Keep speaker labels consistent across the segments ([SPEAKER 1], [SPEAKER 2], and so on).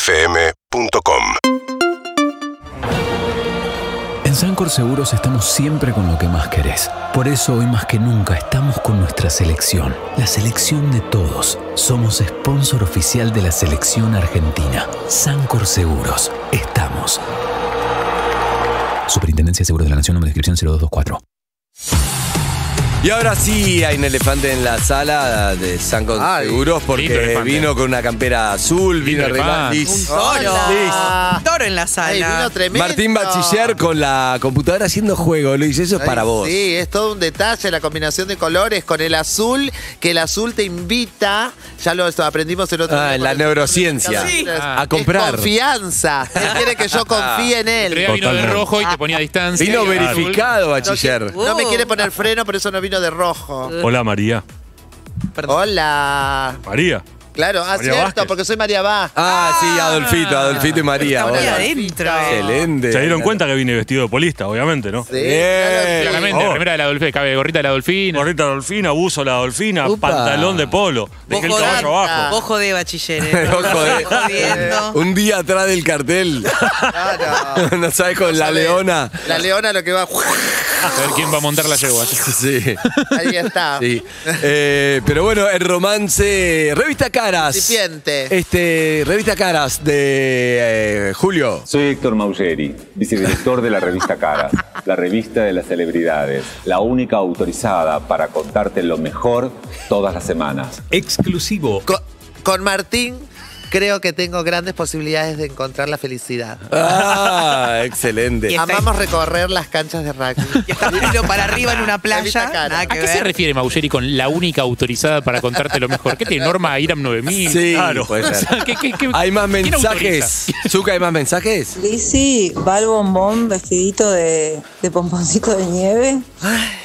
[SPEAKER 1] UrbanaPlayFM.com
[SPEAKER 2] En Sancor Seguros estamos siempre con lo que más querés. Por eso hoy más que nunca estamos con nuestra selección, la selección de todos. Somos sponsor oficial de la selección argentina. Sancor Seguros, estamos. Superintendencia de Seguros de la Nación, número de inscripción 0224.
[SPEAKER 3] Y ahora sí hay un elefante en la sala de Sancor
[SPEAKER 4] Ay,
[SPEAKER 3] Seguros
[SPEAKER 5] lindo
[SPEAKER 3] porque
[SPEAKER 5] elefante.
[SPEAKER 3] vino con una campera azul, vino
[SPEAKER 5] Lindo
[SPEAKER 3] remada
[SPEAKER 5] elefante.
[SPEAKER 3] lis.
[SPEAKER 4] toro.
[SPEAKER 3] Lis.
[SPEAKER 6] Un toro en la
[SPEAKER 4] Ay, vino
[SPEAKER 6] sala.
[SPEAKER 4] tremendo.
[SPEAKER 3] Martín Bachiller con la computadora haciendo juego, Luis, eso es
[SPEAKER 4] Ay,
[SPEAKER 3] para vos.
[SPEAKER 4] Sí, es todo un detalle, la combinación de colores con el azul, que el azul te invita, ya lo aprendimos el otro
[SPEAKER 3] Ah,
[SPEAKER 4] día
[SPEAKER 3] en la
[SPEAKER 4] con el-
[SPEAKER 3] neurociencia.
[SPEAKER 4] Sí.
[SPEAKER 3] A
[SPEAKER 4] Es
[SPEAKER 3] comprar.
[SPEAKER 4] confianza. Él quiere que yo confíe en
[SPEAKER 5] Andrea
[SPEAKER 4] él.
[SPEAKER 5] vino de
[SPEAKER 3] Totalmente.
[SPEAKER 5] rojo y te ponía a distancia.
[SPEAKER 3] Vino
[SPEAKER 5] y azul.
[SPEAKER 3] verificado, Bachiller.
[SPEAKER 4] No me quiere poner freno, por eso no vino de rojo.
[SPEAKER 7] Hola María.
[SPEAKER 4] Hola.
[SPEAKER 7] María.
[SPEAKER 4] Claro, ah,
[SPEAKER 7] María
[SPEAKER 4] cierto,
[SPEAKER 7] Vázquez.
[SPEAKER 4] porque soy María Vá.
[SPEAKER 3] Ah, sí, Adolfito, Adolfito y María.
[SPEAKER 4] Está ¿eh?
[SPEAKER 6] Ahí
[SPEAKER 3] hola.
[SPEAKER 4] bien.
[SPEAKER 6] adentro.
[SPEAKER 3] Excelente.
[SPEAKER 7] Se dieron cuenta que vine vestido de polista, obviamente, ¿no?
[SPEAKER 4] Sí,
[SPEAKER 3] Bien.
[SPEAKER 4] claro, sí.
[SPEAKER 5] Claramente,
[SPEAKER 7] Oh.
[SPEAKER 5] remera de la Dolfina, cabe gorrita de la Dolfina.
[SPEAKER 7] Gorrita dolfina, buzo la dolfina,
[SPEAKER 3] Upa.
[SPEAKER 7] pantalón de polo.
[SPEAKER 6] Vos
[SPEAKER 7] Dejé el
[SPEAKER 6] jodá-
[SPEAKER 7] caballo abajo.
[SPEAKER 6] Vos jodé, bachiller. eh.
[SPEAKER 3] Vos jodé.
[SPEAKER 6] Jodiendo.
[SPEAKER 3] Un día atrás del cartel.
[SPEAKER 4] Claro.
[SPEAKER 3] no sabes con la
[SPEAKER 4] ¿Sabés?
[SPEAKER 3] leona.
[SPEAKER 4] La leona lo que va.
[SPEAKER 5] A ver quién va a montar la yegua.
[SPEAKER 3] Sí.
[SPEAKER 4] Ahí está.
[SPEAKER 3] Sí. Eh, pero bueno, el romance. Revista Caras.
[SPEAKER 4] Incipiente.
[SPEAKER 3] Este, Revista Caras de eh, Julio.
[SPEAKER 8] Soy Héctor Maugeri, vicedirector de la revista Cara, la revista de las celebridades, la única autorizada para contarte lo mejor todas las semanas.
[SPEAKER 9] Exclusivo.
[SPEAKER 4] Con, con Martín creo que tengo grandes posibilidades de encontrar la felicidad.
[SPEAKER 3] Ah, excelente.
[SPEAKER 6] Y está-
[SPEAKER 4] Amamos recorrer las canchas de rugby.
[SPEAKER 6] Y está Julio para arriba en una
[SPEAKER 4] Revista
[SPEAKER 6] playa.
[SPEAKER 4] Cara.
[SPEAKER 6] Nada
[SPEAKER 5] ¿A
[SPEAKER 6] que
[SPEAKER 5] qué se
[SPEAKER 6] ver.
[SPEAKER 5] refiere Maugeri con la única autorizada para contarte lo mejor? ¿Qué tiene norma IRAM 9000?
[SPEAKER 3] Sí,
[SPEAKER 5] claro.
[SPEAKER 3] puede ser.
[SPEAKER 5] O sea, ¿qué- qué- qué-
[SPEAKER 3] Hay más
[SPEAKER 5] quién
[SPEAKER 3] mensajes.
[SPEAKER 5] autoriza?
[SPEAKER 3] Zuka, ¿hay más mensajes?
[SPEAKER 10] Lizzy va al bombón vestidito de, de pomponcito de nieve.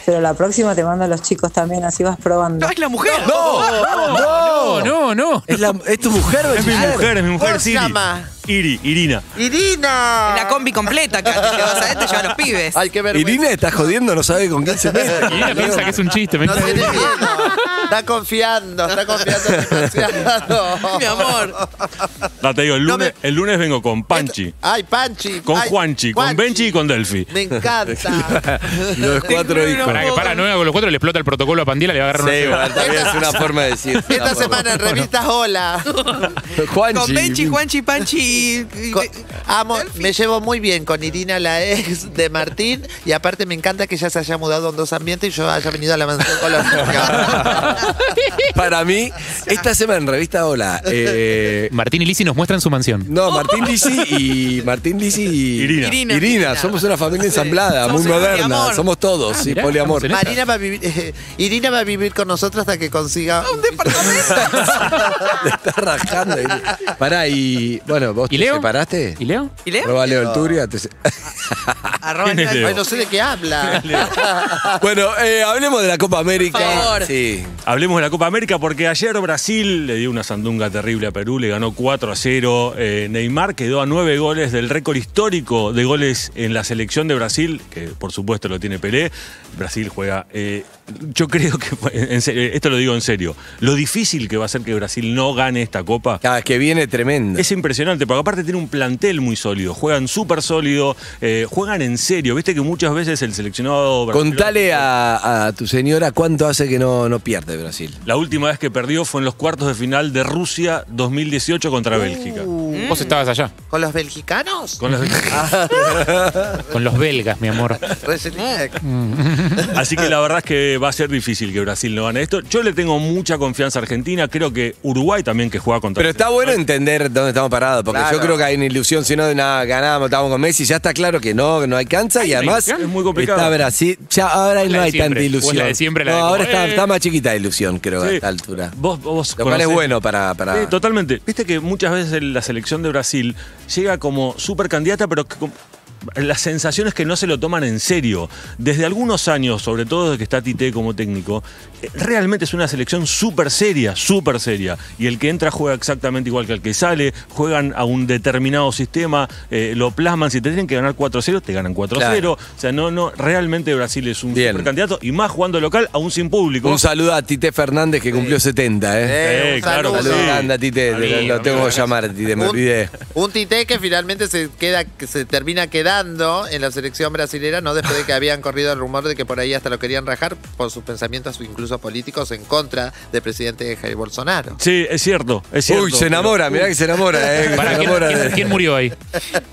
[SPEAKER 10] Pero la próxima te mando a los chicos también, así vas probando.
[SPEAKER 6] No, es la mujer.
[SPEAKER 3] ¡No!
[SPEAKER 5] No, no, no.
[SPEAKER 3] Es, la- es tu mujer,
[SPEAKER 7] Es mi
[SPEAKER 3] Bachiller?
[SPEAKER 7] mujer, es mi mujer,
[SPEAKER 4] ¿Cómo se
[SPEAKER 7] Siri.
[SPEAKER 4] llama?
[SPEAKER 7] Iri, Irina.
[SPEAKER 4] ¡Irina!
[SPEAKER 6] La combi completa acá. Te vas a te lleva a los pibes.
[SPEAKER 4] Ay, qué vergüenza.
[SPEAKER 3] Irina está jodiendo, no sabe con quién se mete.
[SPEAKER 5] Y ella piensa que es un chiste.
[SPEAKER 4] No
[SPEAKER 5] piensa-
[SPEAKER 4] tiene miedo. Está confiando, está confiando demasiado.
[SPEAKER 6] Mi amor.
[SPEAKER 7] Ya te digo, el
[SPEAKER 4] No
[SPEAKER 7] lunes, el lunes vengo con Panchi,
[SPEAKER 4] Ay, Panchi.
[SPEAKER 7] con
[SPEAKER 4] ay,
[SPEAKER 7] Juanchi, con Benchi y con Delphi.
[SPEAKER 4] Me encanta.
[SPEAKER 3] Los cuatro hijos.
[SPEAKER 5] Para que para nueva con los cuatro le explota el protocolo a Pandila, le va a agarrar una
[SPEAKER 3] Sí,
[SPEAKER 5] yegua.
[SPEAKER 3] bueno, también es una forma de decir. es una
[SPEAKER 4] Esta
[SPEAKER 3] forma.
[SPEAKER 4] semana en revistas Hola.
[SPEAKER 3] Juanchi.
[SPEAKER 6] Con Benchi, Juanchi, Panchi y- y-
[SPEAKER 4] Con- amo, me llevo muy bien con Irina, la ex de Martín, y aparte me encanta que ella se haya mudado en dos ambientes y yo haya venido a la mansión colónica.
[SPEAKER 3] Para mí, esta semana en revista Hola. eh,
[SPEAKER 5] Martín y Lisi nos muestran su mansión.
[SPEAKER 3] no, Martín Lisi y. Martín Lisi y.
[SPEAKER 7] Irina.
[SPEAKER 6] Irina.
[SPEAKER 3] somos una familia ensamblada,
[SPEAKER 6] Somos
[SPEAKER 3] muy
[SPEAKER 6] un
[SPEAKER 3] moderna.
[SPEAKER 6] poliamor. Ah,
[SPEAKER 3] Somos todos, sí,
[SPEAKER 5] mirá,
[SPEAKER 3] poliamor.
[SPEAKER 5] estamos
[SPEAKER 4] Marina va a vivir, eh, Irina va a vivir con nosotros hasta que consiga
[SPEAKER 6] un departamento.
[SPEAKER 3] Te está rajando. Irina. Pará, y. Bueno, ¿vos
[SPEAKER 5] ¿Y
[SPEAKER 3] te
[SPEAKER 5] Leo?
[SPEAKER 3] separaste?
[SPEAKER 5] ¿Y Leo?
[SPEAKER 6] ¿Y Leo?
[SPEAKER 3] Arroba Leo el Turia, te se-
[SPEAKER 6] Arroba
[SPEAKER 7] ¿Quién es
[SPEAKER 6] Leo.
[SPEAKER 4] Ay, no sé de qué habla.
[SPEAKER 3] bueno, eh, hablemos de la Copa América.
[SPEAKER 6] Por favor.
[SPEAKER 3] Sí.
[SPEAKER 7] Hablemos de la Copa América porque ayer Brasil le dio una sandunga terrible a Perú, le ganó 4 a 0. Eh, Neymar quedó a 9 goles del récord histórico de goles en la selección de Brasil, que por supuesto lo tiene Pelé. Brasil juega. eh, yo creo que, en serio, esto lo digo en serio, lo difícil que va a ser que Brasil no gane esta Copa
[SPEAKER 3] Cada vez que viene tremendo.
[SPEAKER 7] es impresionante, porque aparte tiene un plantel muy sólido, juegan súper sólido, eh, juegan en serio. Viste que muchas veces el seleccionado brasileño-
[SPEAKER 3] Contale a, a tu señora cuánto hace que no, no pierde Brasil.
[SPEAKER 7] La última vez que perdió fue en los cuartos de final de Rusia 2018
[SPEAKER 4] Uh.
[SPEAKER 7] contra Bélgica.
[SPEAKER 5] Vos estabas allá,
[SPEAKER 4] ¿Con los belgicanos?
[SPEAKER 7] Con las-
[SPEAKER 5] con los belgas, mi amor.
[SPEAKER 4] Pues, eh, Resident Evil.
[SPEAKER 7] Así que la verdad es que va a ser difícil que Brasil no gane esto. Yo le tengo mucha confianza a Argentina, creo que Uruguay también que juega contra
[SPEAKER 3] Pero está bueno entender dónde estamos parados, porque yo
[SPEAKER 4] Claro.
[SPEAKER 3] creo que hay una ilusión, si no de nada ganamos, estamos con Messi, ya está claro que no, no alcanza y además
[SPEAKER 7] ilusión. Es muy complicado.
[SPEAKER 3] está Brasil, ya ahora
[SPEAKER 5] Es la
[SPEAKER 3] no
[SPEAKER 5] de
[SPEAKER 3] hay
[SPEAKER 5] siempre,
[SPEAKER 3] tanta
[SPEAKER 5] o es la
[SPEAKER 3] ilusión.
[SPEAKER 5] de siempre, la
[SPEAKER 3] no,
[SPEAKER 5] de
[SPEAKER 3] ahora
[SPEAKER 5] como,
[SPEAKER 3] está,
[SPEAKER 5] eh.
[SPEAKER 3] está más chiquita la ilusión, creo, a
[SPEAKER 7] Sí.
[SPEAKER 3] esta altura.
[SPEAKER 7] Vos, vos
[SPEAKER 3] Lo cual es
[SPEAKER 7] conocés-
[SPEAKER 3] bueno para... para...
[SPEAKER 7] Sí, totalmente. Viste que muchas veces el- la selección de Brasil llega como súper candidata, pero que com- la sensación es que no se lo toman en serio. Desde algunos años, sobre todo desde que está Tite como técnico, eh, realmente es una selección súper seria, súper seria. Y el que entra juega exactamente igual que el que sale, juegan a un determinado sistema, eh, lo plasman. Si te tienen que ganar 4-0, te ganan 4-0.
[SPEAKER 3] Claro.
[SPEAKER 7] O sea, no, no, realmente Brasil es un
[SPEAKER 3] Bien.
[SPEAKER 7] candidato y más jugando local, aún sin público.
[SPEAKER 3] Un saludo a Tite Fernández que cumplió 70, ¿eh?
[SPEAKER 4] Eh,
[SPEAKER 7] Eh,
[SPEAKER 4] un
[SPEAKER 7] claro que
[SPEAKER 4] saludo.
[SPEAKER 7] sí.
[SPEAKER 3] Anda, Tite,
[SPEAKER 7] Amigo,
[SPEAKER 3] lo, lo tengo
[SPEAKER 7] amigo,
[SPEAKER 3] que llamar, Tite, me
[SPEAKER 4] Un-
[SPEAKER 3] olvidé.
[SPEAKER 4] Un Tite que finalmente se queda, que se termina quedando en la selección brasilera, no después de que habían corrido el rumor de que por ahí hasta lo querían rajar por sus pensamientos incluso políticos en contra del presidente Jair Bolsonaro.
[SPEAKER 7] Sí, es cierto, es cierto.
[SPEAKER 3] Uy, se enamora, mirá que se enamora, ¿eh?
[SPEAKER 5] Pará,
[SPEAKER 3] Se
[SPEAKER 5] ¿quién,
[SPEAKER 3] enamora
[SPEAKER 5] quién-
[SPEAKER 3] de-
[SPEAKER 5] quién murió ahí?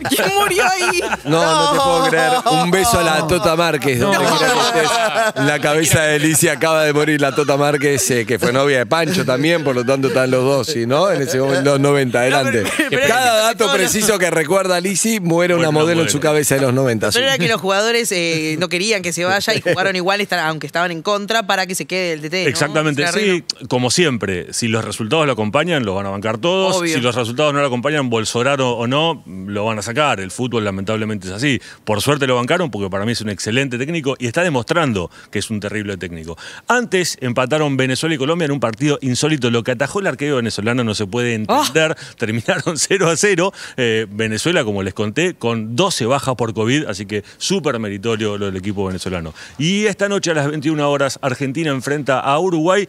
[SPEAKER 6] ¿Quién murió ahí?
[SPEAKER 3] No, no te puedo creer. Un beso a la Tota Márquez, donde
[SPEAKER 5] No.
[SPEAKER 3] quiera que estés. La cabeza de Alicia acaba de morir, la Tota Márquez, eh, que fue novia de Pancho también, por lo tanto están los dos, ¿sí, no? En ese momento, los 90, adelante.
[SPEAKER 6] pero- pero-
[SPEAKER 3] Cada dato
[SPEAKER 6] no, no.
[SPEAKER 3] preciso que recuerda a Lizzie, muere una
[SPEAKER 7] Bueno,
[SPEAKER 3] modelo en
[SPEAKER 7] muere.
[SPEAKER 3] su cabeza de los 90. sí.
[SPEAKER 6] Pero era que los jugadores eh, no querían que se vaya y jugaron igual, estar- aunque estaban en contra, para que se quede el DT. ¿no?
[SPEAKER 7] Exactamente,
[SPEAKER 6] Era re-
[SPEAKER 7] sí. Como siempre, si los resultados lo acompañan, los van a bancar todos.
[SPEAKER 6] Obvio.
[SPEAKER 7] Si los resultados no lo acompañan, Bolsonaro o no, lo van a sacar. El fútbol lamentablemente es así. Por suerte lo bancaron porque para mí es un excelente técnico y está demostrando que es un terrible técnico. Antes empataron Venezuela y Colombia en un partido insólito. Lo que atajó el arquero venezolano no se
[SPEAKER 6] Ah.
[SPEAKER 7] puede entender. Terminaron 0 a 0. Eh, Venezuela, como les conté, con 12 bajas por COVID, así que súper meritorio lo del equipo venezolano. Y esta noche a las 21 horas, Argentina enfrenta a Uruguay.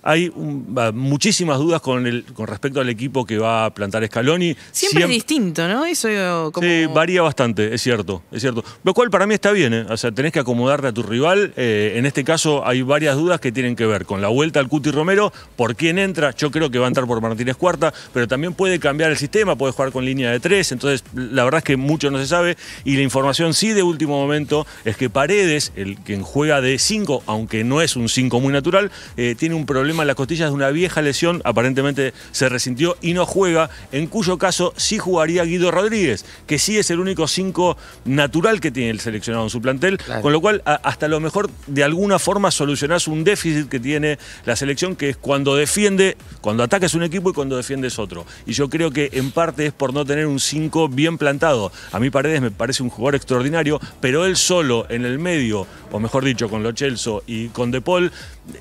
[SPEAKER 7] Hay un- va, muchísimas dudas con, el, con respecto al equipo que va a plantar Scaloni.
[SPEAKER 6] Siempre es
[SPEAKER 7] Siem-
[SPEAKER 6] distinto, ¿no? Eso como...
[SPEAKER 7] Sí, varía bastante, es cierto, es cierto. Lo cual para mí está bien, ¿eh? o sea, tenés que acomodarte a tu rival. Eh, en este caso hay varias dudas que tienen que ver con la vuelta al Cuti Romero, por quién entra, yo creo que va a entrar por Martínez Cuarta, pero también puede cambiar el sistema, puede jugar con línea de tres, entonces la verdad es que mucho no se sabe y la información sí de último momento es que Paredes, el quien juega de 5, aunque no es un 5 muy natural, eh, tiene un problema en las costillas de una vieja lesión, aparentemente se resintió y no juega, en cuyo caso sí jugaría Guido Rodríguez, que sí es el único 5 natural que tiene el seleccionado en su plantel, con lo cual a- hasta a lo mejor de alguna forma solucionás un déficit que tiene la selección, que es cuando defiende, cuando atacas un equipo y cuando defiendes otro. Y yo creo que en parte es por no tener un 5 bien plantado. A mí Paredes me parece un jugador extraordinario, pero él solo en el medio, o mejor dicho, con Lo Celso y con De Paul,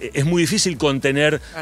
[SPEAKER 7] eh, es muy difícil contener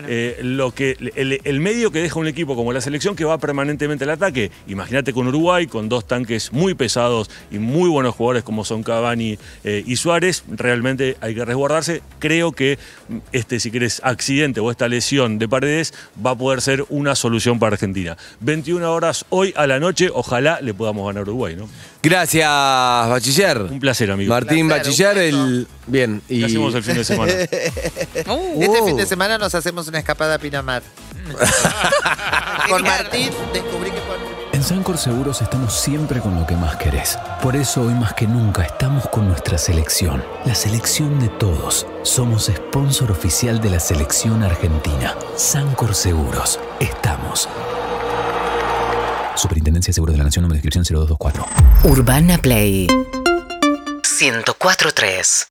[SPEAKER 7] eh, lo que el, el medio que deja un equipo como la selección que va permanentemente al ataque. Imagínate con Uruguay, con dos tanques muy pesados y muy buenos jugadores como son Cavani eh, y Suárez, realmente hay que resguardarse. Creo que mm, este, si querés, accidente o esta lesión de paredes va a poder ser una solución para Argentina. 21 horas hoy a la noche, ojalá le podamos ganar a Uruguay, ¿no?
[SPEAKER 3] Gracias, Bachiller.
[SPEAKER 7] Un placer, amigo.
[SPEAKER 3] Martín
[SPEAKER 4] placer,
[SPEAKER 3] Bachiller,
[SPEAKER 4] un
[SPEAKER 3] el. Bien, y.
[SPEAKER 7] ¿Qué hacemos el fin de semana?
[SPEAKER 6] Uh,
[SPEAKER 4] Este
[SPEAKER 3] Oh.
[SPEAKER 4] fin de semana nos hacemos una escapada a Pinamar. Con Martín descubrí que por-
[SPEAKER 2] En Sancor Seguros estamos siempre con lo que más querés. Por eso hoy más que nunca estamos con nuestra selección, la selección de todos. Somos sponsor oficial de la selección argentina. Sancor Seguros, estamos. Superintendencia de Seguros de la Nación, número de inscripción 0224.
[SPEAKER 1] Urbana Play 104.3